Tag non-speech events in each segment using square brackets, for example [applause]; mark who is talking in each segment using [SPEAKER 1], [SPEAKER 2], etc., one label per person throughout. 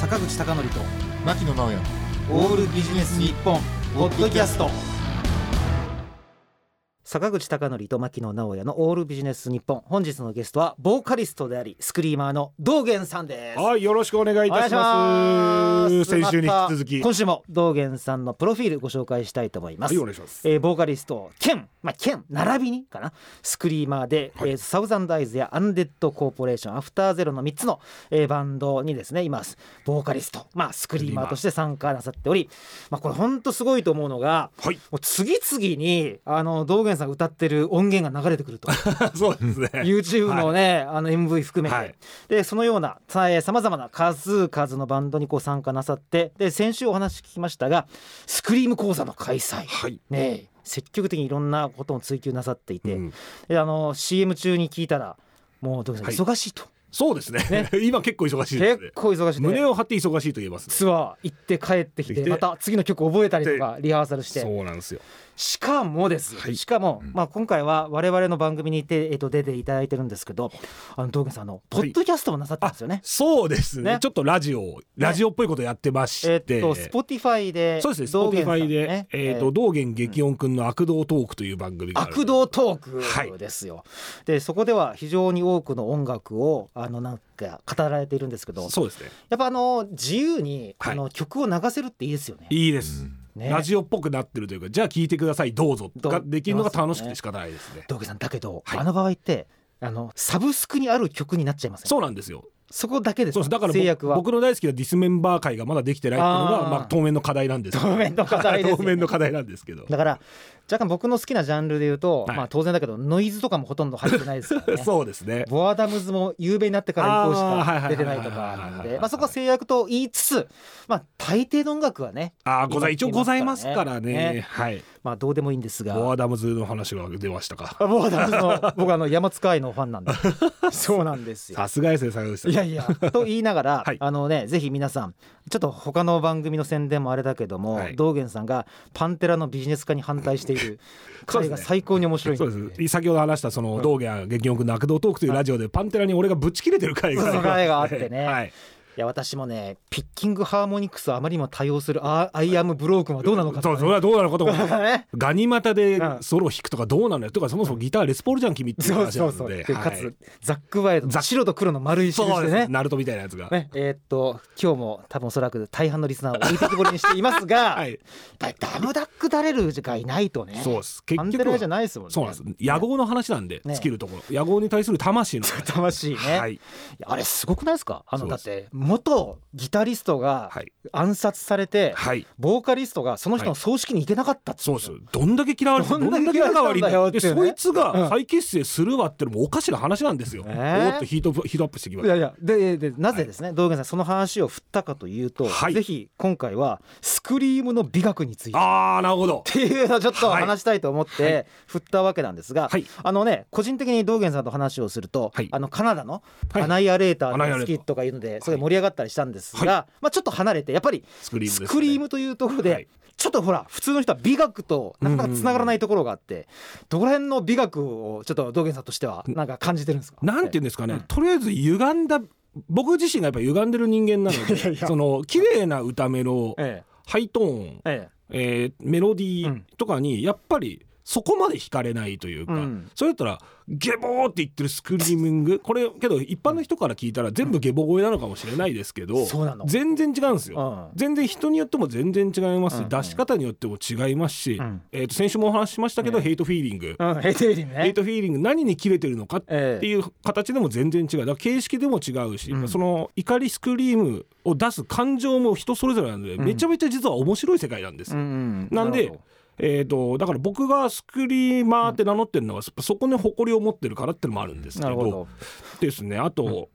[SPEAKER 1] 坂口孝則と
[SPEAKER 2] 牧野直哉
[SPEAKER 1] オールビジネス日本ポッドキャスト坂口孝則と牧野直哉のオールビジネス日本本日のゲストはボーカリストでありスクリーマーの道元さんです
[SPEAKER 3] はい、よろしくお願いいたします。先週に引き続き。
[SPEAKER 1] 今週も道元さんのプロフィールご紹介したいと思いま
[SPEAKER 3] は
[SPEAKER 1] す
[SPEAKER 3] い、お願いします。
[SPEAKER 1] えーボーカリスト兼、まあ、兼並びにかなスクリーマーで、えーサウザンダイズやアンデッドコーポレーションアフターゼロの3つの、えーバンドにですねいますボーカリスト、まあ、スクリーマーとして参加なさっており、まあ、これ本当すごいと思うのが
[SPEAKER 3] はい、 [laughs]
[SPEAKER 1] もう次々にあの道元さんが歌ってる音源が流れてく
[SPEAKER 3] [laughs]
[SPEAKER 1] ると
[SPEAKER 3] そうですね。
[SPEAKER 1] YouTube のね、あの MV 含めて、
[SPEAKER 3] はい
[SPEAKER 1] でそのようなさえまざまな数々のバンドにこう参加なさってで先週お話聞きましたがスクリーム講座の開催。
[SPEAKER 3] はい。
[SPEAKER 1] ねえ積極的にいろんなことを追求なさっていて、
[SPEAKER 3] うん
[SPEAKER 1] であの CM 中に聞いたらもう徳井さん忙しいと、
[SPEAKER 3] そうですね。 [laughs] 今結構忙しいですね
[SPEAKER 1] 結。構忙しい
[SPEAKER 3] 胸
[SPEAKER 1] ね
[SPEAKER 3] を張って忙しいと言えますね。
[SPEAKER 1] ツアー行って帰ってきて
[SPEAKER 3] 行って
[SPEAKER 1] また次の曲覚えたりとかリハーサルして
[SPEAKER 3] そうなんですよ。
[SPEAKER 1] しかもですよ、
[SPEAKER 3] はい
[SPEAKER 1] しかも、
[SPEAKER 3] うん
[SPEAKER 1] まあ、今回は我々の番組にて、えっと出ていただいてるんですけどあの道元さんあのポッドキャストもなさってますよね。
[SPEAKER 3] そうですね
[SPEAKER 1] ね
[SPEAKER 3] ちょっとラジオ、ラジオっぽいことやってまし
[SPEAKER 1] え
[SPEAKER 3] て
[SPEAKER 1] っ、と Spotify で
[SPEAKER 3] そうですね。ス
[SPEAKER 1] 道
[SPEAKER 3] ポ
[SPEAKER 1] 元
[SPEAKER 3] ティフ
[SPEAKER 1] さん
[SPEAKER 3] ァ
[SPEAKER 1] の
[SPEAKER 3] イで、
[SPEAKER 1] ね
[SPEAKER 3] えっ、
[SPEAKER 1] え
[SPEAKER 3] と
[SPEAKER 1] ー
[SPEAKER 3] 道元激音くんの悪道トークという番組がある
[SPEAKER 1] 悪道トークですよ、でそこでは非常に多くの音楽をあのなんか語られているんですけど
[SPEAKER 3] そうですね。
[SPEAKER 1] やっぱあの自由に、
[SPEAKER 3] はい
[SPEAKER 1] あの曲を流せるっていいですよね。
[SPEAKER 3] いいです。
[SPEAKER 1] ね
[SPEAKER 3] ラジオっぽくなってるというか、じゃあ聞いてくださいどうぞ
[SPEAKER 1] どう
[SPEAKER 3] ができるのが楽しくて仕方ないですね。
[SPEAKER 1] 道具さんだけど、
[SPEAKER 3] はい
[SPEAKER 1] あの場合ってあのサブスクにある曲になっちゃいますね。
[SPEAKER 3] そうなんですよ。
[SPEAKER 1] そこだけです
[SPEAKER 3] そうですだから
[SPEAKER 1] 制約
[SPEAKER 3] 僕
[SPEAKER 1] は。
[SPEAKER 3] 僕の大好きなディスメンバー会がまだできてないっていうの
[SPEAKER 1] あー
[SPEAKER 3] がまあ、当面の課題なんですけど
[SPEAKER 1] 当面の課題ですよね
[SPEAKER 3] 当面の課題なんで
[SPEAKER 1] [laughs]
[SPEAKER 3] すけど
[SPEAKER 1] だから若干僕の好きなジャンルで言うと、
[SPEAKER 3] はい。
[SPEAKER 1] まあ当然だけどノイズとかもほとんど入ってないですからね
[SPEAKER 3] そうですね
[SPEAKER 1] ボアダムズも有名になってから以降し
[SPEAKER 3] あーはいはいはい
[SPEAKER 1] か
[SPEAKER 3] はい
[SPEAKER 1] 出てないとかなん
[SPEAKER 3] はいはいは
[SPEAKER 1] で
[SPEAKER 3] い
[SPEAKER 1] まあそこは制約と言いつつまあ大抵の音楽はね
[SPEAKER 3] あーござい
[SPEAKER 1] 今
[SPEAKER 3] 一応ございます
[SPEAKER 1] 聞き
[SPEAKER 3] からねはい
[SPEAKER 1] まあどうでもいいんですが
[SPEAKER 3] ボアダムズの話が出ましたか
[SPEAKER 1] あボアダムズ
[SPEAKER 3] [laughs]
[SPEAKER 1] の僕あの山塚愛のファンなんでそうなんですよ
[SPEAKER 3] さすがですね坂口さん
[SPEAKER 1] いやいやと言いながら、
[SPEAKER 3] はい
[SPEAKER 1] あのねぜひ皆さんちょっと他の番組の宣伝もあれだけども、
[SPEAKER 3] はい
[SPEAKER 1] 道元さんがパンテラのビジネス化に反対している
[SPEAKER 3] [laughs] そう
[SPEAKER 1] 彼
[SPEAKER 3] です
[SPEAKER 1] が
[SPEAKER 3] ね
[SPEAKER 1] 最高に面白いん
[SPEAKER 3] そ
[SPEAKER 1] で
[SPEAKER 3] うです先ほど話したその道元激音くんの悪道トークというラジオでパンテラに俺がぶち切れてる回が
[SPEAKER 1] そうそう回があってね
[SPEAKER 3] はい
[SPEAKER 1] いや私もねピッキングハーモニクスをあまりにも多用するアアイアムブロークンはどうなのか
[SPEAKER 3] そ
[SPEAKER 1] と
[SPEAKER 3] う
[SPEAKER 1] か
[SPEAKER 3] それはどうなのかと思って
[SPEAKER 1] [laughs] ねね
[SPEAKER 3] ガニ股で
[SPEAKER 1] うん
[SPEAKER 3] ソロを弾くとかどうなのよとかそもそもギターレスポールじゃん君っていう
[SPEAKER 1] そう
[SPEAKER 3] 話な
[SPEAKER 1] そう
[SPEAKER 3] の
[SPEAKER 1] そう
[SPEAKER 3] で
[SPEAKER 1] でか
[SPEAKER 3] はい
[SPEAKER 1] つザックワイルドの白と黒の丸い印
[SPEAKER 3] そう
[SPEAKER 1] で
[SPEAKER 3] ですね
[SPEAKER 1] ね
[SPEAKER 3] ナルトみたいなやつが
[SPEAKER 1] ねえーっと今日も多分おそらく大半のリスナーを置いてきぼりにしていますが、
[SPEAKER 3] [laughs] は
[SPEAKER 1] やっ
[SPEAKER 3] い
[SPEAKER 1] ぱりダムダックだれるがいないとね
[SPEAKER 3] そうです
[SPEAKER 1] パ
[SPEAKER 3] 結
[SPEAKER 1] ンテ
[SPEAKER 3] 局
[SPEAKER 1] ラじ
[SPEAKER 3] は
[SPEAKER 1] ゃないですもんね
[SPEAKER 3] そうなんです。野望の話なんで、
[SPEAKER 1] ね
[SPEAKER 3] 尽きるところ。野望に対する魂の話。
[SPEAKER 1] [laughs] 魂ね、
[SPEAKER 3] はい。
[SPEAKER 1] あれすごくないですかあの
[SPEAKER 3] そう
[SPEAKER 1] だっ
[SPEAKER 3] です
[SPEAKER 1] て元ギタリストが
[SPEAKER 3] はい。
[SPEAKER 1] 暗殺されて、
[SPEAKER 3] はい。
[SPEAKER 1] ボーカリストがその人の葬式に行けなかったっつ
[SPEAKER 3] そうです。どんだけ嫌われて
[SPEAKER 1] ど
[SPEAKER 3] ど
[SPEAKER 1] ん
[SPEAKER 3] ん
[SPEAKER 1] だ
[SPEAKER 3] だ
[SPEAKER 1] け
[SPEAKER 3] け
[SPEAKER 1] 嫌われ
[SPEAKER 3] 仲
[SPEAKER 1] たん
[SPEAKER 3] 悪い
[SPEAKER 1] だよっ
[SPEAKER 3] ん
[SPEAKER 1] て
[SPEAKER 3] で、
[SPEAKER 1] いうね
[SPEAKER 3] そいつ
[SPEAKER 1] うん
[SPEAKER 3] が再結成するわってのもおかしな話なんですよ。
[SPEAKER 1] ね
[SPEAKER 3] も
[SPEAKER 1] え
[SPEAKER 3] っとヒートヒートアップしてきま
[SPEAKER 1] い
[SPEAKER 3] す。
[SPEAKER 1] やいやででなぜですね、道元さんその話を振ったかというと、
[SPEAKER 3] はい
[SPEAKER 1] ぜひ今回はスクリームの美学についてっ
[SPEAKER 3] ああ、なるほど。
[SPEAKER 1] ていうのをちょっと
[SPEAKER 3] はい
[SPEAKER 1] 話したいと思って振ったわけなんですが、
[SPEAKER 3] はい。
[SPEAKER 1] あのね個人的に道元さんと話をすると、
[SPEAKER 3] はい
[SPEAKER 1] あのカナダの
[SPEAKER 3] はい
[SPEAKER 1] アナイアレータ
[SPEAKER 3] アナイ
[SPEAKER 1] ー
[SPEAKER 3] ア
[SPEAKER 1] の
[SPEAKER 3] レ
[SPEAKER 1] 好
[SPEAKER 3] ータ
[SPEAKER 1] き
[SPEAKER 3] ー
[SPEAKER 1] とかいうのですごい盛り上がったりしたんですが、まあ、ちょっと離れてやっぱり
[SPEAKER 3] スクリーム
[SPEAKER 1] ス
[SPEAKER 3] ですね。
[SPEAKER 1] クリームというところで、
[SPEAKER 3] はい
[SPEAKER 1] ちょっとほら普通の人は美学となかなかつながらないところがあって、どこら辺の美学をちょっと道元さんとしてはなんか感じてるんですか
[SPEAKER 3] なんて言うんですか
[SPEAKER 1] うん
[SPEAKER 3] ね。とりあえず歪んだ。僕自身がやっぱ歪んでる人間なの
[SPEAKER 1] [laughs] いやい
[SPEAKER 3] で、
[SPEAKER 1] や
[SPEAKER 3] その綺麗な歌メロ、
[SPEAKER 1] え
[SPEAKER 3] ハイトーン
[SPEAKER 1] え、え
[SPEAKER 3] えーメロディ
[SPEAKER 1] う
[SPEAKER 3] ー
[SPEAKER 1] ん
[SPEAKER 3] とかにやっぱりそこまで惹かれないというか、
[SPEAKER 1] うん
[SPEAKER 3] それだったらゲボーって言ってるスクリーミングこれけど一般の人から聞いたら全部ゲボ声なのかもしれないですけど、
[SPEAKER 1] えそうなの、
[SPEAKER 3] 全然違うんですよ。
[SPEAKER 1] う
[SPEAKER 3] 全然人によっても全然違います
[SPEAKER 1] う
[SPEAKER 3] し、
[SPEAKER 1] んうん
[SPEAKER 3] 出し方によっても違いますし、
[SPEAKER 1] うん
[SPEAKER 3] えー、と先週もお話ししましたけど、
[SPEAKER 1] うん
[SPEAKER 3] ヘイトフィーリング、
[SPEAKER 1] ん、うん、ヘイテイリン
[SPEAKER 3] ヘ
[SPEAKER 1] ね
[SPEAKER 3] イトフィーリング何に切れてるのかっ
[SPEAKER 1] え
[SPEAKER 3] ていう形でも全然違うだから形式でも違うし、
[SPEAKER 1] うん
[SPEAKER 3] その怒りスクリームを出す感情も人それぞれなので、
[SPEAKER 1] うん
[SPEAKER 3] めちゃめちゃ実は面白い世界なんです
[SPEAKER 1] えう
[SPEAKER 3] よ。
[SPEAKER 1] んうん
[SPEAKER 3] なんで
[SPEAKER 1] るほど
[SPEAKER 3] えー、とだから僕がスクリーマーって名乗ってるのは、そそこに誇りを持ってるからってのもあるんですけ
[SPEAKER 1] な
[SPEAKER 3] ど
[SPEAKER 1] るほど
[SPEAKER 3] ですねあと、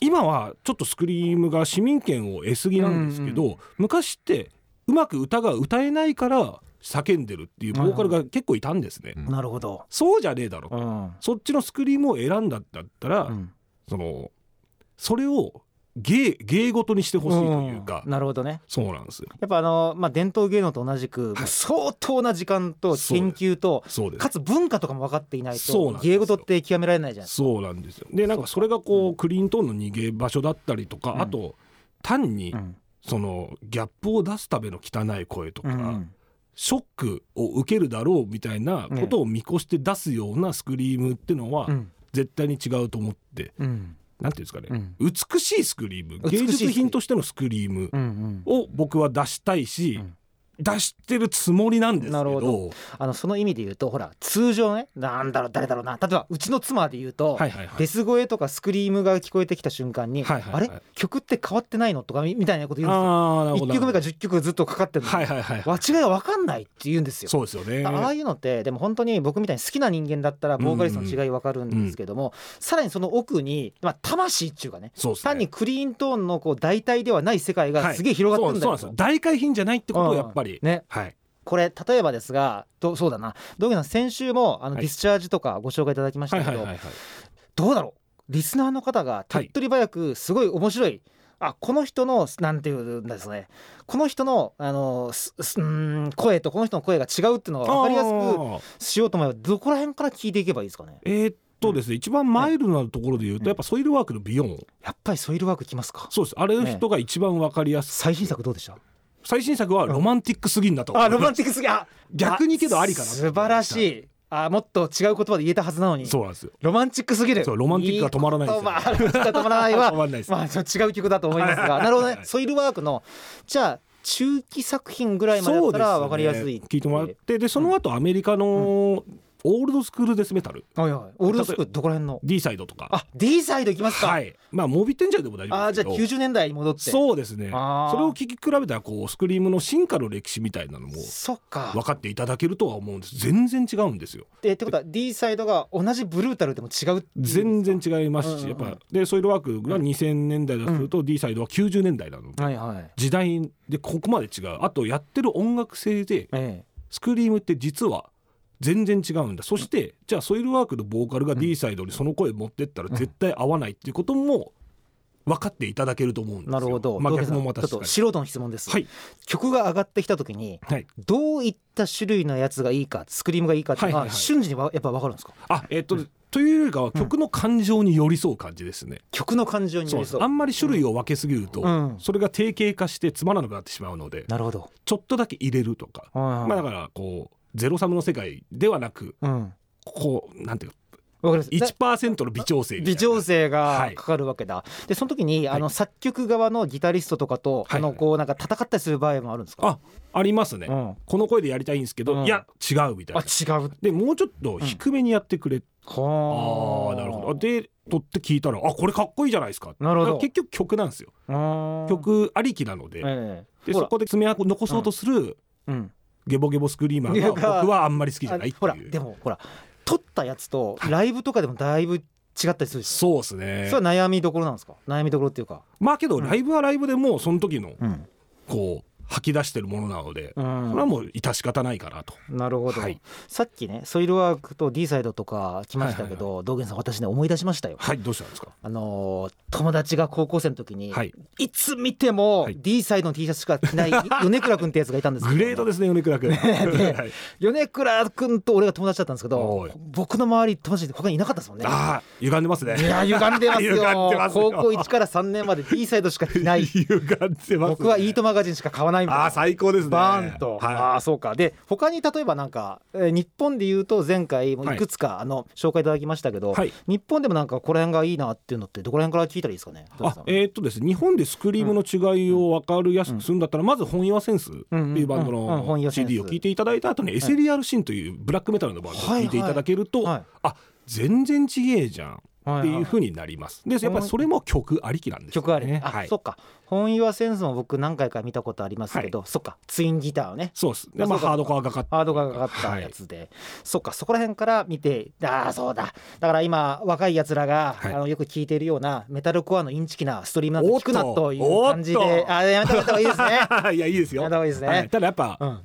[SPEAKER 3] 今はちょっとスクリームが市民権を得すぎなんですけど、
[SPEAKER 1] うん
[SPEAKER 3] 昔ってうまく歌が歌えないから叫んでるっていうボーカルが結構いたんですね、
[SPEAKER 2] うん
[SPEAKER 1] なるほど
[SPEAKER 3] そうじゃねえだろ、
[SPEAKER 1] うん、
[SPEAKER 3] そっちのスクリームを選んだんだったら、
[SPEAKER 1] うん
[SPEAKER 3] そのそれを芸芸事にしてほしいというか、
[SPEAKER 1] んなるほどね
[SPEAKER 3] そうなんですよ
[SPEAKER 1] やっぱあの、まあ、伝統芸能と同じく、
[SPEAKER 3] はい
[SPEAKER 1] 相当な時間と研究と
[SPEAKER 3] そうです
[SPEAKER 1] かつ文化とかも分かっていない
[SPEAKER 3] そ
[SPEAKER 1] と
[SPEAKER 3] うなんですよ
[SPEAKER 1] 芸事って極められないじゃないですか
[SPEAKER 3] そうなんですよでなんかそれがこうクリントンの逃げ場所だったりとか、
[SPEAKER 1] うん
[SPEAKER 3] あと単に
[SPEAKER 1] うん
[SPEAKER 3] そのギャップを出すための汚い声とか、
[SPEAKER 1] うん
[SPEAKER 3] ショックを受けるだろうみたいなことを見越して出すようなスクリームってのは、
[SPEAKER 1] うん
[SPEAKER 3] 絶対に違うと思って
[SPEAKER 1] うん
[SPEAKER 3] なんていうんですかね、
[SPEAKER 1] うん
[SPEAKER 3] 美しいスクリーム
[SPEAKER 1] 美しい
[SPEAKER 3] 芸術品としてのスクリーム
[SPEAKER 1] うんうん
[SPEAKER 3] を僕は出したいし、
[SPEAKER 1] うん
[SPEAKER 3] 出してるつもりなんですけど
[SPEAKER 1] なるほどあのその意味で言うとほら通常ねなんだろう誰だろうな例えばうちの妻で言うと、
[SPEAKER 3] はいはいはい
[SPEAKER 1] デス声とかスクリームが聞こえてきた瞬間に、
[SPEAKER 3] はいはいはい
[SPEAKER 1] あれ曲って変わってないのとかみみたいなこと言うんですよ
[SPEAKER 3] あーなるほ
[SPEAKER 1] 1
[SPEAKER 3] ど
[SPEAKER 1] 曲目から10曲ずっとかかってるのに、
[SPEAKER 3] はいはいはいはい
[SPEAKER 1] わ違いが分かんないって言うんですよ。
[SPEAKER 3] そうですよね
[SPEAKER 1] ああいうのってでも本当に僕みたいに好きな人間だったらボーカリストの違い分かるんですけども、さらにその奥に、まあ、魂っていうかね
[SPEAKER 3] そうですね
[SPEAKER 1] 単にクリーントーンのこう代替ではない世界がすげえ広がってるんだ
[SPEAKER 3] よ、
[SPEAKER 1] よ、
[SPEAKER 3] はいそうそうなんですよ大改品じゃないってことをやっ
[SPEAKER 1] う
[SPEAKER 3] ぱり、
[SPEAKER 1] んね
[SPEAKER 3] はい
[SPEAKER 1] これ例えばですがどそうだな道下さん先週もあの
[SPEAKER 3] は
[SPEAKER 1] デ
[SPEAKER 3] い
[SPEAKER 1] ィスチャージとかご紹介いただきまし
[SPEAKER 3] は
[SPEAKER 1] た
[SPEAKER 3] い
[SPEAKER 1] け
[SPEAKER 3] はい
[SPEAKER 1] ど、
[SPEAKER 3] はいはい
[SPEAKER 1] どうだろうリスナーの方が手っ取り早くすごい面白い、あこの人のなんていうんですかねこの人のあのすすうーん声とこの人の声が違うっていうのが分かりやすく
[SPEAKER 3] あー
[SPEAKER 1] しようと思えばどこら辺から聞いていけばいいですかね
[SPEAKER 3] えーっとですね一番マイルドなところで言う
[SPEAKER 1] は
[SPEAKER 3] と、
[SPEAKER 1] い
[SPEAKER 3] やっぱソイルワークのビヨン
[SPEAKER 1] やっぱりソイルワークきますか
[SPEAKER 3] そうですあれの人が一番わかりやすい、
[SPEAKER 1] 最新作どうでした
[SPEAKER 3] 最新作はロマンティックすぎんだと、
[SPEAKER 1] あロマンティックすぎあ
[SPEAKER 3] 逆にけどありかな
[SPEAKER 1] 素晴らしいあもっと違う言葉で言えたはずなのに
[SPEAKER 3] [laughs] そうなんですよ
[SPEAKER 1] ロマンチックすぎる
[SPEAKER 3] そうロマンティックが止まらないんですよ
[SPEAKER 1] いい言葉ロマンティックが止まらないは
[SPEAKER 3] 止まらないです
[SPEAKER 1] まあちょっと違う曲だと思いますがなるほどねソイルワークのじゃあ中期作品ぐらいまでだったら分かりやすい
[SPEAKER 3] 聞いてもらってでその後アメリカのオールドスクールデスメタル
[SPEAKER 1] はいはいオールドスクールどこら辺の
[SPEAKER 3] D サイドとか
[SPEAKER 1] あ D サイドいきますか、
[SPEAKER 3] はいまあモビテンジャーでも大丈
[SPEAKER 1] あー
[SPEAKER 3] 夫で
[SPEAKER 1] じゃ
[SPEAKER 3] す
[SPEAKER 1] あ
[SPEAKER 3] けど
[SPEAKER 1] 90年代に戻って
[SPEAKER 3] そうですね
[SPEAKER 1] あー
[SPEAKER 3] それを聞き比べたらこうスクリームの進化の歴史みたいなのも
[SPEAKER 1] そっか
[SPEAKER 3] 分かっていただけるとは思うんです全然違うんですよ
[SPEAKER 1] えってことは D サイドが同じブルータルでも違うっていう
[SPEAKER 3] 全然違います
[SPEAKER 1] うん
[SPEAKER 3] し
[SPEAKER 1] う
[SPEAKER 3] や
[SPEAKER 1] ん
[SPEAKER 3] っ
[SPEAKER 1] うん
[SPEAKER 3] ぱでソイルワークが2000年代だとすると D サイドは90年代なので
[SPEAKER 1] はいはい
[SPEAKER 3] 時代でここまで違うあとやってる音楽性で
[SPEAKER 1] え
[SPEAKER 3] スクリームって実は全然違うんだそしてじゃあソイルワークのボーカルが D サイドにその声持ってったら絶対合わないっていうことも分かっていただけると思うんです
[SPEAKER 1] え
[SPEAKER 3] よ。
[SPEAKER 1] なるほど、
[SPEAKER 3] まあ、
[SPEAKER 1] 道下
[SPEAKER 3] 逆
[SPEAKER 1] さん
[SPEAKER 3] もまた
[SPEAKER 1] ちょっと素人の質問です、
[SPEAKER 3] はい
[SPEAKER 1] 曲が上がってきた時に
[SPEAKER 3] はい、
[SPEAKER 1] どういった種類のやつがいいかスクリームがいいかっていうの
[SPEAKER 3] は
[SPEAKER 1] は
[SPEAKER 3] いはいはい
[SPEAKER 1] 瞬時にわやっぱ分かるんですか
[SPEAKER 3] あえっと、というよりかは曲の感情に寄り添う感じですね。
[SPEAKER 1] 曲の感情に
[SPEAKER 3] そ
[SPEAKER 1] より
[SPEAKER 3] うです
[SPEAKER 1] そう
[SPEAKER 3] あんまり種類を分けすぎると、
[SPEAKER 1] うん
[SPEAKER 3] それが定型化してつまらなくなってしまうので
[SPEAKER 1] なるほど、
[SPEAKER 3] ちょっとだけ入れるとか、
[SPEAKER 1] ま
[SPEAKER 3] まあ、だからこうゼロサムの世界ではなく
[SPEAKER 1] うんわか
[SPEAKER 3] こうなんていうか
[SPEAKER 1] りますだ
[SPEAKER 3] 1%の微調整みた
[SPEAKER 1] 微
[SPEAKER 3] いな
[SPEAKER 1] 調整
[SPEAKER 3] は
[SPEAKER 1] が
[SPEAKER 3] い
[SPEAKER 1] かかるわけだ、でその時に
[SPEAKER 3] はい
[SPEAKER 1] あの作曲側のギタリストとかと、
[SPEAKER 3] はい
[SPEAKER 1] あのこうなんか戦ったりする場合もあるんですか、
[SPEAKER 3] あありますね、
[SPEAKER 1] うん
[SPEAKER 3] この声でやりたいんですけど、
[SPEAKER 1] うん
[SPEAKER 3] いや違うみたい
[SPEAKER 1] あ
[SPEAKER 3] な
[SPEAKER 1] 違う
[SPEAKER 3] でもうちょっと低めにやってくれ、あ
[SPEAKER 1] は
[SPEAKER 3] あなるほどあで撮って聞いたらあこれかっこいいじゃないですか
[SPEAKER 1] なるほど
[SPEAKER 3] だから結局曲なんですよ
[SPEAKER 1] あー
[SPEAKER 3] 曲ありきなので,、
[SPEAKER 1] ええ
[SPEAKER 3] で
[SPEAKER 1] ほ
[SPEAKER 3] そ
[SPEAKER 1] ら
[SPEAKER 3] こで爪痕残そうとする、
[SPEAKER 1] うん
[SPEAKER 3] ゲボゲボスクリーマーが
[SPEAKER 1] が
[SPEAKER 3] 僕はあんまり好きじゃないってい
[SPEAKER 1] あ
[SPEAKER 3] う
[SPEAKER 1] ほらでもほら撮ったやつとライブとかでもだいぶ違ったりするし、
[SPEAKER 3] そうですね
[SPEAKER 1] それは悩みどころなんですか悩みどころっていうか、
[SPEAKER 3] まあけどライブはライブでもうその時の
[SPEAKER 1] うん
[SPEAKER 3] こう吐き出してるものなので、それはもう致し方ないかなと。
[SPEAKER 1] なるほど、
[SPEAKER 3] はい
[SPEAKER 1] さっきねソイルワークと D サイドとか来ましたけど、道元さん私ね思い出しましたよ
[SPEAKER 3] はいどうしたんですか
[SPEAKER 1] あのー友達が高校生の時に、
[SPEAKER 3] はいい、
[SPEAKER 1] つ見ても
[SPEAKER 3] はい
[SPEAKER 1] D サイドの T シャツしか
[SPEAKER 3] [laughs]
[SPEAKER 1] 着ない米倉君ってやつがいたんですけど
[SPEAKER 3] グレードですね米
[SPEAKER 1] [laughs]
[SPEAKER 3] 倉君。はい
[SPEAKER 1] 米倉君と俺が友達だったんですけど
[SPEAKER 3] おい
[SPEAKER 1] 僕の周り友達で他にいなかったですもんね
[SPEAKER 3] ああ歪んでますね。
[SPEAKER 1] いや歪んでますよ
[SPEAKER 3] 歪んでますよ
[SPEAKER 1] 高校1から3年まで D サイドしか着
[SPEAKER 3] [laughs]
[SPEAKER 1] ない
[SPEAKER 3] 歪んでます、ね。
[SPEAKER 1] 僕はイートマガジンしか買わないみたい
[SPEAKER 3] あ
[SPEAKER 1] な
[SPEAKER 3] あ最高ですね。
[SPEAKER 1] バーンと、あ
[SPEAKER 3] は
[SPEAKER 1] あそうかで他に例えばなんか、えー日本で言うと前回もいくつか、あの紹介いただきましたけど、
[SPEAKER 3] はい
[SPEAKER 1] 日本でもなんかここら辺がいいなっていうのってどこら辺から聞いたらいいですかね
[SPEAKER 3] い。あえーっとですね日本でスクリームの違いを分かりやすくするんだったら、まず本岩センスっていうバンド
[SPEAKER 1] うんうんうん本
[SPEAKER 3] の
[SPEAKER 1] 岩センス
[SPEAKER 3] CD を聴いていただいた後にエセリアルシンというブラックメタルのバンドを聴いていただけると、
[SPEAKER 1] はいはい
[SPEAKER 3] あ全然ちげえじゃん
[SPEAKER 1] っ
[SPEAKER 3] っていうふうになります。でやっぱりそれも曲ありきなんですよね。
[SPEAKER 1] 曲あるね、あ、
[SPEAKER 3] はい
[SPEAKER 1] そっか本岩センスも僕何回か見たことありますけど、そっかツインギターをね
[SPEAKER 3] そうです。でま
[SPEAKER 1] あそ
[SPEAKER 3] あ
[SPEAKER 1] うか
[SPEAKER 3] ハードコアがかかった
[SPEAKER 1] ハードがかかったやつで、そっかそこら辺から見てああそうだだから今若いやつらが、
[SPEAKER 3] はい
[SPEAKER 1] あのよく聞いてるようなメタルコアのインチキなストリームなんて
[SPEAKER 3] おっ
[SPEAKER 1] 聞
[SPEAKER 3] と
[SPEAKER 1] くなという
[SPEAKER 3] おっと
[SPEAKER 1] 感じであーやめた方がいいですね [laughs]
[SPEAKER 3] い [laughs] やいいですよ。
[SPEAKER 1] やめた方がいいですね
[SPEAKER 3] はただやっぱ、
[SPEAKER 1] うん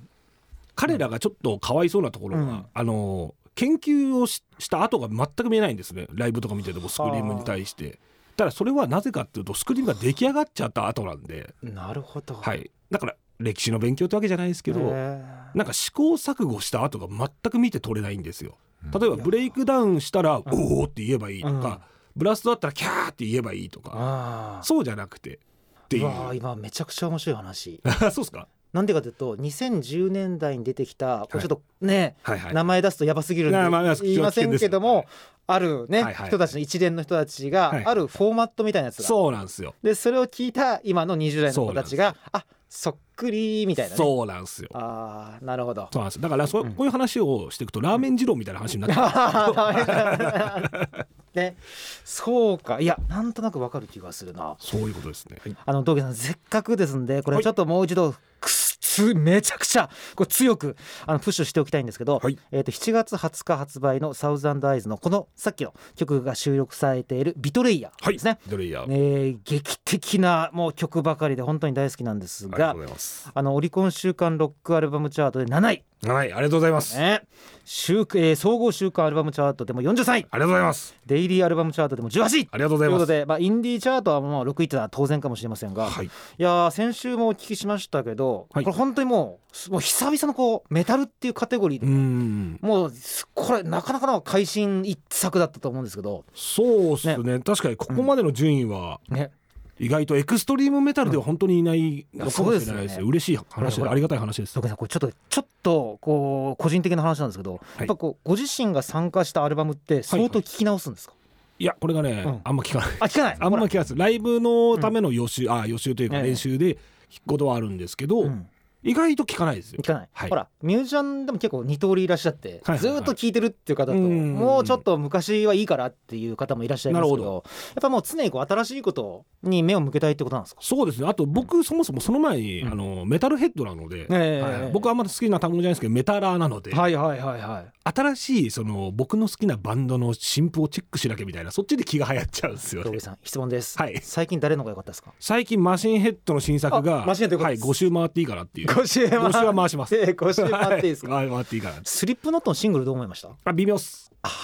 [SPEAKER 3] 彼らがちょっとかわいそうなところは、
[SPEAKER 1] うん
[SPEAKER 3] あの研究をしした後が全く見えないんですねライブとか見ててもスクリームに対して。ただそれはなぜかっていうとスクリームが出来上がっちゃった後なんで、
[SPEAKER 1] なるほど
[SPEAKER 3] はい、だから歴史の勉強ってわけじゃないですけど、
[SPEAKER 1] へ
[SPEAKER 3] なん
[SPEAKER 1] ー
[SPEAKER 3] か試行錯誤した後が全く見て取れないんですよ。例えば
[SPEAKER 1] うん
[SPEAKER 3] ブレイクダウンしたら「おお!」って言えばいいとか、
[SPEAKER 1] うん
[SPEAKER 3] ブラストだったら「キャー!」って言えばいいとか、
[SPEAKER 1] ああ
[SPEAKER 3] そうじゃなくてっていうう。
[SPEAKER 1] わー今めちゃくちゃ面白い話
[SPEAKER 3] [laughs] そうですか。
[SPEAKER 1] なんでかというと2010年代に出てきたこれ
[SPEAKER 3] はい
[SPEAKER 1] ちょっとね、
[SPEAKER 3] はいはい。
[SPEAKER 1] 名前出すとやばすぎるんで
[SPEAKER 3] いやまあまあ
[SPEAKER 1] 言いませんけども、あるね、
[SPEAKER 3] はいはい
[SPEAKER 1] 人たちの一連の人たちが、
[SPEAKER 3] はい
[SPEAKER 1] あるフォーマットみたいなやつが
[SPEAKER 3] そうなんですよ。
[SPEAKER 1] でそれを聞いた今の20代の子たちがあそっくりみたいな、ね、
[SPEAKER 3] そうなんですよ。
[SPEAKER 1] あーなるほど
[SPEAKER 3] そうなんですよだからそ、
[SPEAKER 1] うん
[SPEAKER 3] こういう話をしていくとラーメン二郎みたいな話
[SPEAKER 1] [laughs]
[SPEAKER 3] になって、
[SPEAKER 1] ね、そうかいやなんとなくわかる気がするな
[SPEAKER 3] そういうことですね。
[SPEAKER 1] あの道下さんせっかくですんでこれ
[SPEAKER 3] はい
[SPEAKER 1] ちょっともう一度くすつめちゃくちゃこれ強くあのプッシュしておきたいんですけど、
[SPEAKER 3] はい
[SPEAKER 1] えー、と7月20日発売の「サウザンドアイズ」のこのさっきの曲が収録されている「ビトレイヤー」
[SPEAKER 3] はい。
[SPEAKER 1] ですね、
[SPEAKER 3] ドレイヤー、
[SPEAKER 1] えー劇的なもう曲ばかりで本当に大好きなんです
[SPEAKER 3] ありが
[SPEAKER 1] が
[SPEAKER 3] とうございます。
[SPEAKER 1] あのオリコン週間ロックアルバムチャートで7位、
[SPEAKER 3] はい、ありがとうございます。あり
[SPEAKER 1] ね週えー総合週間アルバムチャートでも43位
[SPEAKER 3] がとうございます。
[SPEAKER 1] デイリーアルバムチャートでも18位
[SPEAKER 3] ありがと
[SPEAKER 1] と
[SPEAKER 3] うござ
[SPEAKER 1] い
[SPEAKER 3] い
[SPEAKER 1] こ
[SPEAKER 3] うま
[SPEAKER 1] と
[SPEAKER 3] す。
[SPEAKER 1] で、まあ、インディーチャートはもう6位というのは当然かもしれませんが、、
[SPEAKER 3] はいい。
[SPEAKER 1] やー先週もお聞きしましたけど、
[SPEAKER 3] はい
[SPEAKER 1] これ本当にもうすもう久々のこうメタルっていうカテゴリー
[SPEAKER 3] う
[SPEAKER 1] で、
[SPEAKER 3] ーん。
[SPEAKER 1] もうすこれなかなかの会心一作だったと思うんですけど
[SPEAKER 3] そうですね確かにここまでの順位は、
[SPEAKER 1] ね
[SPEAKER 3] 意外とエクストリームメタルでは本当にいないのかもしれないです
[SPEAKER 1] そうですよ
[SPEAKER 3] よ
[SPEAKER 1] ね
[SPEAKER 3] 嬉しい話
[SPEAKER 1] ほ
[SPEAKER 3] で
[SPEAKER 1] ら
[SPEAKER 3] ありがたい話です
[SPEAKER 1] 徳。井さんこれちょっとちょっとこう個人的な話なんですけど、やっぱこうご自身が参加したアルバムって相当聞き直すんですか、
[SPEAKER 3] いやこれがね、
[SPEAKER 1] うん
[SPEAKER 3] あんま聞かない。
[SPEAKER 1] あ聞かない
[SPEAKER 3] あんま聞かないです。ライブのための予習、あ予習というか
[SPEAKER 1] ええ
[SPEAKER 3] 練習で聞くことはあるんですけど、
[SPEAKER 1] うん
[SPEAKER 3] 意外と聞かないですよ
[SPEAKER 1] 行。かない、
[SPEAKER 3] はい
[SPEAKER 1] ほらミュージシャンでも結構二通りいらっしゃって、
[SPEAKER 3] はいはいはい
[SPEAKER 1] ずーっと聴いてるっていう方と
[SPEAKER 3] うん
[SPEAKER 1] もうちょっと昔はいいからっていう方もいらっしゃいますけど
[SPEAKER 3] なるほ
[SPEAKER 1] やっぱもう常にこう新しいことに目を向けたいってことなんですか
[SPEAKER 3] そうですねあと僕そもそもその前に、
[SPEAKER 1] うん
[SPEAKER 3] あのメタルヘッドなので、
[SPEAKER 1] ええ
[SPEAKER 3] はい僕あんまり好きな単語じゃないですけどメタラーなので、
[SPEAKER 1] はいはいはいはい
[SPEAKER 3] 新しいその僕の好きなバンドの新譜をチェックしなきゃみたいなそっちで気が流行っちゃうんですよ
[SPEAKER 1] 道
[SPEAKER 3] ね
[SPEAKER 1] 下さん質問です、
[SPEAKER 3] はい
[SPEAKER 1] 最近誰の方が良かったですか
[SPEAKER 3] 最近マシンヘッドの新作
[SPEAKER 1] あ
[SPEAKER 3] が
[SPEAKER 1] マシンヘッドよか
[SPEAKER 3] は
[SPEAKER 1] ったで
[SPEAKER 3] い、
[SPEAKER 1] す
[SPEAKER 3] 5周回っていいかな [laughs] っていう
[SPEAKER 1] ご支援
[SPEAKER 3] 5周は回します
[SPEAKER 1] ええご支援回っていいですか、
[SPEAKER 3] はい回っていいかな
[SPEAKER 1] スリップノットのシングルどう思いました
[SPEAKER 3] あ微妙っす
[SPEAKER 1] あー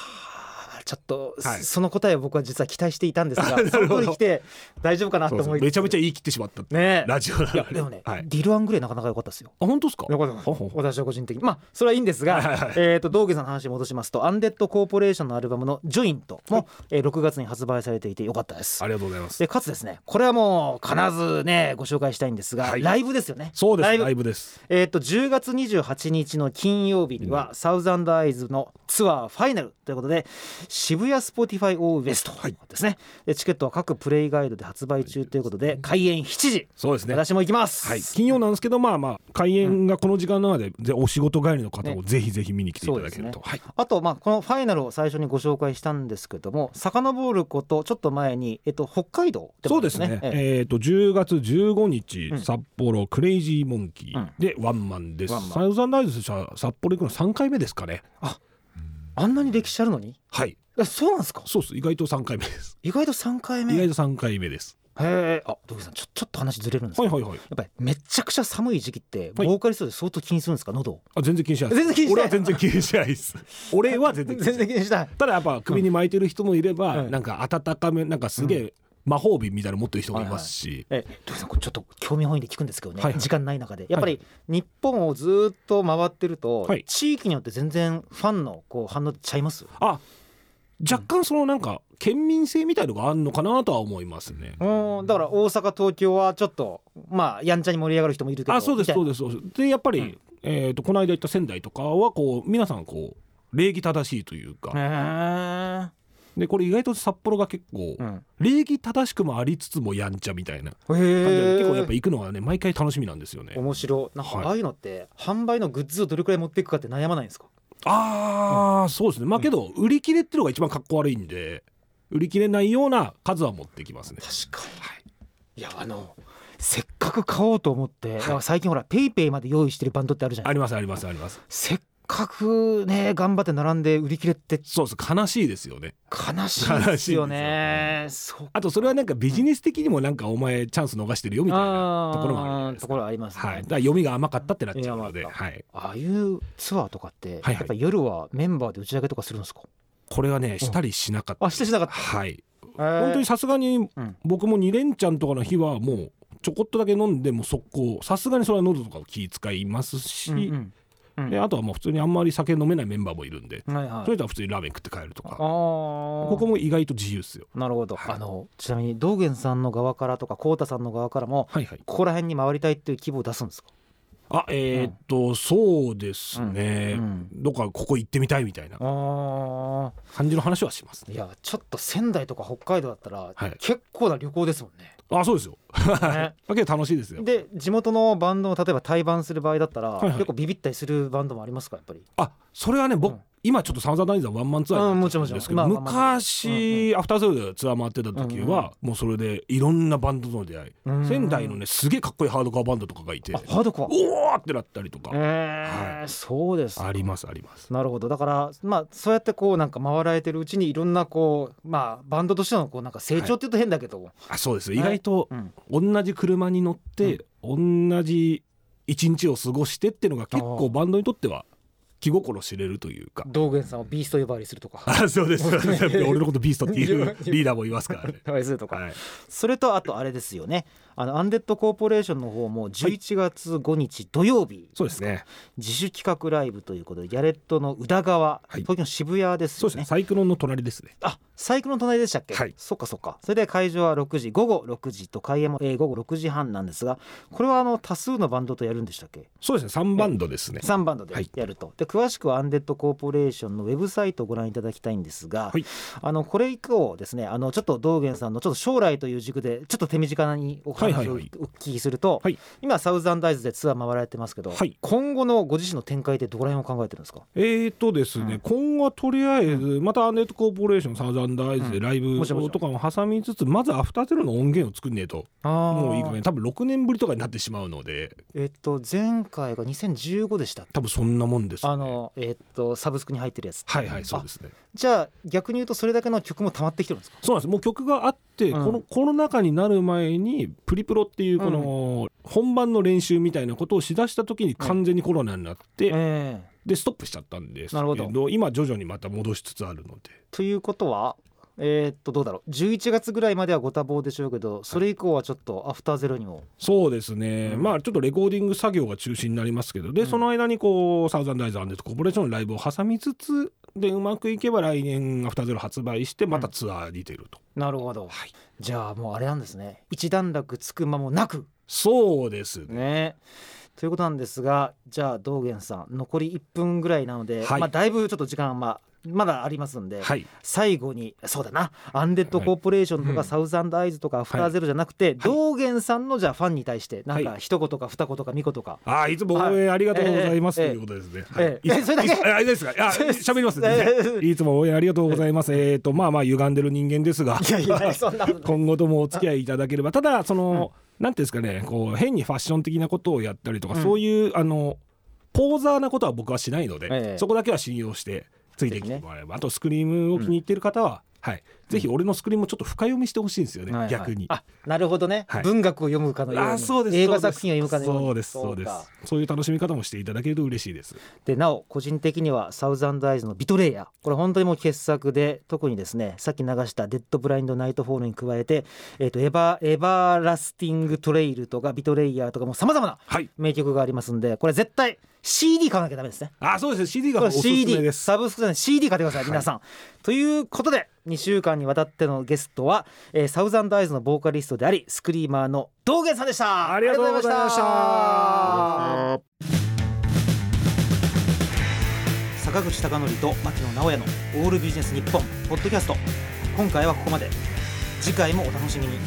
[SPEAKER 1] ちょっと、
[SPEAKER 3] はい
[SPEAKER 1] その答えを僕は実は期待していたんです
[SPEAKER 3] あ
[SPEAKER 1] が
[SPEAKER 3] [laughs] なるほ
[SPEAKER 1] そ
[SPEAKER 3] ど
[SPEAKER 1] こに来て大丈夫かなと
[SPEAKER 3] そうそ
[SPEAKER 1] 思
[SPEAKER 3] う
[SPEAKER 1] い
[SPEAKER 3] めちゃめちゃ
[SPEAKER 1] ゃ
[SPEAKER 3] 言い切ってしまったって
[SPEAKER 1] ねえ
[SPEAKER 3] ラジオなの
[SPEAKER 1] いやでもね、
[SPEAKER 3] はい、
[SPEAKER 1] ディル・アングレイなかなか良かったですよ
[SPEAKER 3] あ本当ですか
[SPEAKER 1] よかった
[SPEAKER 3] ほほ
[SPEAKER 1] 私は個人的にまあそれはいいんですが、
[SPEAKER 3] はいはいはい
[SPEAKER 1] えー、と道下さんの話に戻しますとアンデッド・コーポレーションのアルバムの「ジョイントも、えー6月に発売されていてよかったです
[SPEAKER 3] あ。りがとうございます
[SPEAKER 1] でかつですねこれはもう必ずねご紹介したいんですが、
[SPEAKER 3] はい
[SPEAKER 1] ライブですよね。
[SPEAKER 3] そうです
[SPEAKER 1] ラ
[SPEAKER 3] ラ
[SPEAKER 1] イ
[SPEAKER 3] イ
[SPEAKER 1] ブ
[SPEAKER 3] ブです
[SPEAKER 1] えー、と10月28日の金曜日には、サウザンドアイズのツアーファイナルということで渋谷スポティファイオーウエストですね、でチケットは各プレイガイドで発売中ということで開演7時、
[SPEAKER 3] そうですね
[SPEAKER 1] 私も行きます、
[SPEAKER 3] はい、金曜なんですけど、まあまあ、開演がこの時間なので、ぜお仕事帰りの方もぜひぜひ見に来ていただける
[SPEAKER 1] そ
[SPEAKER 3] と。はい、
[SPEAKER 1] あとまあこのファイナルを最初にご紹介したんですけども遡ることちょっと前に、えっと、北海道って
[SPEAKER 3] そ
[SPEAKER 1] こ
[SPEAKER 3] う
[SPEAKER 1] と
[SPEAKER 3] ですね、
[SPEAKER 1] ええ
[SPEAKER 3] えっ、と、10月15日、
[SPEAKER 1] うん
[SPEAKER 3] 札幌クレイジーモンキ
[SPEAKER 1] うん
[SPEAKER 3] ーでワンマンです。
[SPEAKER 1] ワンマン
[SPEAKER 3] サウザンライズ社、札幌行くの3回目ですかね。
[SPEAKER 1] あんなに歴史あるのに
[SPEAKER 3] はい、
[SPEAKER 1] あそうなんですか
[SPEAKER 3] そうです、意外と3回目です。
[SPEAKER 1] 意外と3回目
[SPEAKER 3] 意
[SPEAKER 1] へ
[SPEAKER 3] 外と3回目です。
[SPEAKER 1] えあ土井さんちょちょっと話ずれるんですけ
[SPEAKER 3] は
[SPEAKER 1] ど
[SPEAKER 3] いはいはい、
[SPEAKER 1] やっぱりめちゃくちゃ寒い時期ってボ
[SPEAKER 3] はい
[SPEAKER 1] ーカリストで相当気にするんですか喉を
[SPEAKER 3] あ、全然気にしないです。
[SPEAKER 1] 全然気にしない
[SPEAKER 3] 俺は全然気にしない
[SPEAKER 1] [laughs]
[SPEAKER 3] です。俺は全然気にし
[SPEAKER 1] 全
[SPEAKER 3] ない。
[SPEAKER 1] 然気にしない
[SPEAKER 3] ただやっぱ首に巻いてる人もいれば、
[SPEAKER 1] うん
[SPEAKER 3] なんか温かめ、なんかすげえ魔法瓶みたいなの持ってる人もいますし。
[SPEAKER 1] ええ土井さんこれちょっと興味本位で聞くんですけどね、
[SPEAKER 3] はいはい
[SPEAKER 1] 時間ない中でやっぱり日本をずーっと回ってると、
[SPEAKER 3] はい
[SPEAKER 1] 地域によって全然ファンのこう反応ちゃいます
[SPEAKER 3] あ若干そのなんか県民性みたいのがあるのかなとは思いますね。
[SPEAKER 1] うんだから大阪東京はちょっとまあやんちゃに盛り上がる人もいるけど
[SPEAKER 3] あそうですそう
[SPEAKER 1] で
[SPEAKER 3] ですそうです。でやっぱり、
[SPEAKER 1] うん
[SPEAKER 3] えー、とこの間行った仙台とかはこう皆さんこう礼儀正しいというか、
[SPEAKER 1] へー
[SPEAKER 3] でこれ意外と札幌が結構、
[SPEAKER 1] うん
[SPEAKER 3] 礼儀正しくもありつつもやんちゃみたいな
[SPEAKER 1] へ
[SPEAKER 3] 感じで、
[SPEAKER 1] え
[SPEAKER 3] 結構やっぱ行くのはね毎回楽しみなんですよね。
[SPEAKER 1] 面白いなんか
[SPEAKER 3] はい
[SPEAKER 1] ああいうのって販売のグッズをどれくらい持っていくかって悩まないんですか
[SPEAKER 3] ああ、そうですね。まあけど、売り切れってのが一番かっこ悪いんで売り切れないような数は持ってきますね。
[SPEAKER 1] 確かに
[SPEAKER 3] はい
[SPEAKER 1] いやあのせっかく買おうと思って、だから最近ほらペイペイまで用意してるバンドってあるじゃな
[SPEAKER 3] あ
[SPEAKER 1] い
[SPEAKER 3] りますありますあります。
[SPEAKER 1] せっかくね頑張って並んで売り切れって
[SPEAKER 3] そうです悲しいですよね。
[SPEAKER 1] 悲しいですよねそう
[SPEAKER 3] あとそれはなんかビジネス的にもなんかお前チャンス逃してるよみたいなところもあるじゃない
[SPEAKER 1] ー
[SPEAKER 3] です
[SPEAKER 1] と
[SPEAKER 3] か。
[SPEAKER 1] ころありますね、
[SPEAKER 3] はい、だから読みが甘かったってなっちゃうの
[SPEAKER 1] い
[SPEAKER 3] で、
[SPEAKER 1] や甘
[SPEAKER 3] はい、
[SPEAKER 1] ああいうツアーとかって、
[SPEAKER 3] はい
[SPEAKER 1] やっぱ夜はメンバーで打ち上げとかするんですか。
[SPEAKER 3] これはねしたりしなかった、
[SPEAKER 1] あ、してしなかった。
[SPEAKER 3] はい、
[SPEAKER 1] 本
[SPEAKER 3] 本当に。さすがに
[SPEAKER 1] うん
[SPEAKER 3] 僕も2連チャンとかの日はもうちょこっとだけ飲んでもう速攻さすがにそれは喉とかを気遣いますし、
[SPEAKER 1] うんうんうん
[SPEAKER 3] であとはもう普通にあんまり酒飲めないメンバーもいるんで、
[SPEAKER 1] はいはい
[SPEAKER 3] そういう人は普通にラーメン食って帰ると
[SPEAKER 1] あ
[SPEAKER 3] かこ
[SPEAKER 1] こ
[SPEAKER 3] こも意外と自由っすよ
[SPEAKER 1] なるほど、
[SPEAKER 3] はい
[SPEAKER 1] あのちなみに道元さんの側からとか浩太さんの側からも
[SPEAKER 3] はいはい
[SPEAKER 1] ここら辺に回りたいっていう希望を出すんですか
[SPEAKER 3] あえーっと、そうですね、
[SPEAKER 1] うん
[SPEAKER 3] どっかここ行ってみたいみたいな
[SPEAKER 1] あ
[SPEAKER 3] 感じの話はします
[SPEAKER 1] ー
[SPEAKER 3] ね
[SPEAKER 1] いやちょっと仙台とか北海道だったら、
[SPEAKER 3] はい
[SPEAKER 1] 結構な旅行ですもんね。
[SPEAKER 3] あそうですよ [laughs]
[SPEAKER 1] ね
[SPEAKER 3] だけど楽しいですよ
[SPEAKER 1] で地元のバンドを例えば対バンする場合だったら、
[SPEAKER 3] いはい
[SPEAKER 1] 結構ビビったりするバンドもありますかやっぱり。
[SPEAKER 3] あそれはね僕、
[SPEAKER 1] うん
[SPEAKER 3] 今ちょっとサウザンダイザーワンマンツアー
[SPEAKER 1] うん
[SPEAKER 3] にな
[SPEAKER 1] も
[SPEAKER 3] っ
[SPEAKER 1] ちろんもちろん
[SPEAKER 3] ですけど、
[SPEAKER 1] まあまあまあまあ
[SPEAKER 3] 昔、アフターゼロでツアー回ってた時は、もうそれでいろんなバンドとの出会い、
[SPEAKER 1] うん
[SPEAKER 3] 仙台のねすげえかっこいいハードコアバンドとかがいて
[SPEAKER 1] あハードコ
[SPEAKER 3] おおってなったりとか
[SPEAKER 1] ア。、えーそうですか
[SPEAKER 3] ありますあります
[SPEAKER 1] なるほどだからまあそうやってこうなんか回られてるうちにいろんなこうまあバンドとしてのこうなんか成長っていうと変だけど、
[SPEAKER 3] あそうです
[SPEAKER 1] い
[SPEAKER 3] 意外と
[SPEAKER 1] うん
[SPEAKER 3] 同じ車に乗って、同じ一日を過ごしてってのが
[SPEAKER 1] あ
[SPEAKER 3] 結
[SPEAKER 1] ー
[SPEAKER 3] 構バンドにとっては気心知れるというか
[SPEAKER 1] 道元さんをビースト呼ばわりするとか。
[SPEAKER 3] あそうです [laughs] 俺のことビーストっていうリーダーもいますからね
[SPEAKER 1] [laughs] 呼ばわりするとか、
[SPEAKER 3] はい
[SPEAKER 1] それとあとあれですよねあのアンデッドコーポレーションの方も11月5日土曜日、
[SPEAKER 3] そうですね
[SPEAKER 1] 自主企画ライブということでギャレットの宇田川、
[SPEAKER 3] はい
[SPEAKER 1] 東京の渋谷です
[SPEAKER 3] そ
[SPEAKER 1] よ
[SPEAKER 3] うですね
[SPEAKER 1] ね
[SPEAKER 3] サイクロンの隣ですね
[SPEAKER 1] あサイクルの隣でしたっけ、
[SPEAKER 3] はい
[SPEAKER 1] そっかそっかそれで会場は6時午後6時と開演も、えー午後6時半なんですがこれはあの多数のバンドとやるんでしたっけ
[SPEAKER 3] そうですね3バンドですね
[SPEAKER 1] 3バンドで
[SPEAKER 3] はい
[SPEAKER 1] やると、で詳しくはアンデッドコーポレーションのウェブサイトをご覧いただきたいんですが、
[SPEAKER 3] はい
[SPEAKER 1] あのこれ以降ですねあのちょっと道元さんのちょっと将来という軸でちょっと手短にお
[SPEAKER 3] は
[SPEAKER 1] 話
[SPEAKER 3] い
[SPEAKER 1] を
[SPEAKER 3] は
[SPEAKER 1] お
[SPEAKER 3] いはい
[SPEAKER 1] 聞きすると、
[SPEAKER 3] はい
[SPEAKER 1] 今サウザンダイズでツアー回られてますけど、
[SPEAKER 3] はい
[SPEAKER 1] 今後のご自身の展開でどこら辺を考えてるんですか
[SPEAKER 3] えーとですね、
[SPEAKER 1] うん
[SPEAKER 3] 今後はとりあえずまたアンデッドコーポレーションサザンダイズでライ
[SPEAKER 1] うん
[SPEAKER 3] ブ
[SPEAKER 1] もちろんもちろん
[SPEAKER 3] とかも挟みつつまずアフターゼロの音源を作んねえともういいかね多分6年ぶりとかになってしまうので
[SPEAKER 1] えっと前回が2015でしたっけ
[SPEAKER 3] 多分そんなもんです、ね、
[SPEAKER 1] あのえっとサブスクに入ってるやつ
[SPEAKER 3] はいはいそうですね
[SPEAKER 1] あじゃあ逆に言うとそれだけの曲も溜まってきてるんですか
[SPEAKER 3] そうなんですもう曲があって、
[SPEAKER 1] うん
[SPEAKER 3] このコロナ禍になる前にプリプロっていうこの本番の練習みたいなことをしだした時に完全にコロナになって、
[SPEAKER 1] ええ
[SPEAKER 3] でストップしちゃったんですけ
[SPEAKER 1] なるほ
[SPEAKER 3] ど
[SPEAKER 1] ど
[SPEAKER 3] 今徐々にまた戻しつつあるので
[SPEAKER 1] ということはえっとどうだろう11月ぐらいまではご多忙でしょうけどそれ以降はちょっとアフターゼロにも
[SPEAKER 3] そうですね、
[SPEAKER 1] うん
[SPEAKER 3] まあちょっとレコーディング作業が中心になりますけどで、
[SPEAKER 1] うん
[SPEAKER 3] その間にこうサウザンダイザーでコーポレーションのライブを挟みつつでうまくいけば来年アフターゼロ発売してまたツアーに出ると、
[SPEAKER 1] なるほど、
[SPEAKER 3] はい
[SPEAKER 1] じゃあもうあれなんですね一段落つく間もなく
[SPEAKER 3] そうですね
[SPEAKER 1] ねということなんですがじゃあ道元さん残り1分ぐらいなので、
[SPEAKER 3] はい
[SPEAKER 1] まあ、だいぶちょっと時間はまあまだありますんで、
[SPEAKER 3] はい
[SPEAKER 1] 最後にそうだなアンデッドコーポレーションと
[SPEAKER 3] はい
[SPEAKER 1] か
[SPEAKER 3] うん
[SPEAKER 1] サウザンドアイズとかアフターゼロじゃなくて、道元さんのじゃあファンに対してなんか
[SPEAKER 3] はい
[SPEAKER 1] 一言か二言か三言
[SPEAKER 3] [laughs]
[SPEAKER 1] か、
[SPEAKER 3] ああいつも応援ありがとうございます、
[SPEAKER 1] はい
[SPEAKER 3] ということですね。
[SPEAKER 1] えええ
[SPEAKER 3] はい
[SPEAKER 1] えそれだけ
[SPEAKER 3] いつあいいですか。
[SPEAKER 1] [laughs]
[SPEAKER 3] あ喋りますね。
[SPEAKER 1] ええ
[SPEAKER 3] いつも応援ありがとうございます。えっ、とまあまあ歪んでる人間ですが、
[SPEAKER 1] いやい
[SPEAKER 3] [laughs]
[SPEAKER 1] や [laughs] そんなことない
[SPEAKER 3] 今後ともお付き合いいただければ。ただその、なんていうんですかね、こう変にファッション的なことをやったりとか、
[SPEAKER 1] うん
[SPEAKER 3] そういうあのポーザーなことは僕はしないので、
[SPEAKER 1] ええ
[SPEAKER 3] そこだけは信用してついてきてもらえば、あとスクリームを気に入ってる方は、はい、ぜひ俺のスクリームをちょっと深読みしてほしいんですよね。
[SPEAKER 1] はいはい
[SPEAKER 3] 逆に。
[SPEAKER 1] あなるほどね、
[SPEAKER 3] はい
[SPEAKER 1] 文学を読むかのように
[SPEAKER 3] あそうです
[SPEAKER 1] 映画作品を読むかのように
[SPEAKER 3] そうですそうです
[SPEAKER 1] か
[SPEAKER 3] そういう楽しみ方もしていただけると嬉しいです
[SPEAKER 1] でなお個人的にはサウザンドアイズの「ビトレイヤー」これ本当にもう傑作で特にですねさっき流した「デッド・ブラインド・ナイト・フォール」に加えて「えー、とエバーエバーラスティング・トレイル」とか「ビトレイヤー」とかもさまざまな
[SPEAKER 3] はい
[SPEAKER 1] 名曲がありますんでこれ絶対 CD 買わなきゃダメですね。
[SPEAKER 3] あそうですね CD
[SPEAKER 1] こ
[SPEAKER 3] がお
[SPEAKER 1] れ
[SPEAKER 3] すすめ
[SPEAKER 1] CD
[SPEAKER 3] です
[SPEAKER 1] サブスクじゃない CD 買ってください
[SPEAKER 3] はい
[SPEAKER 1] 皆さん。ということで2週間にわたってのゲストは、えーサウザンドアイズのボーカリストでありスクリーマーの道元さんでした
[SPEAKER 3] ありがとうございまし
[SPEAKER 1] あ
[SPEAKER 3] た
[SPEAKER 1] りがとうございました坂口孝則と牧野直哉の「オールビジネス日本ポッドキャスト今回はここまで次回もお楽しみに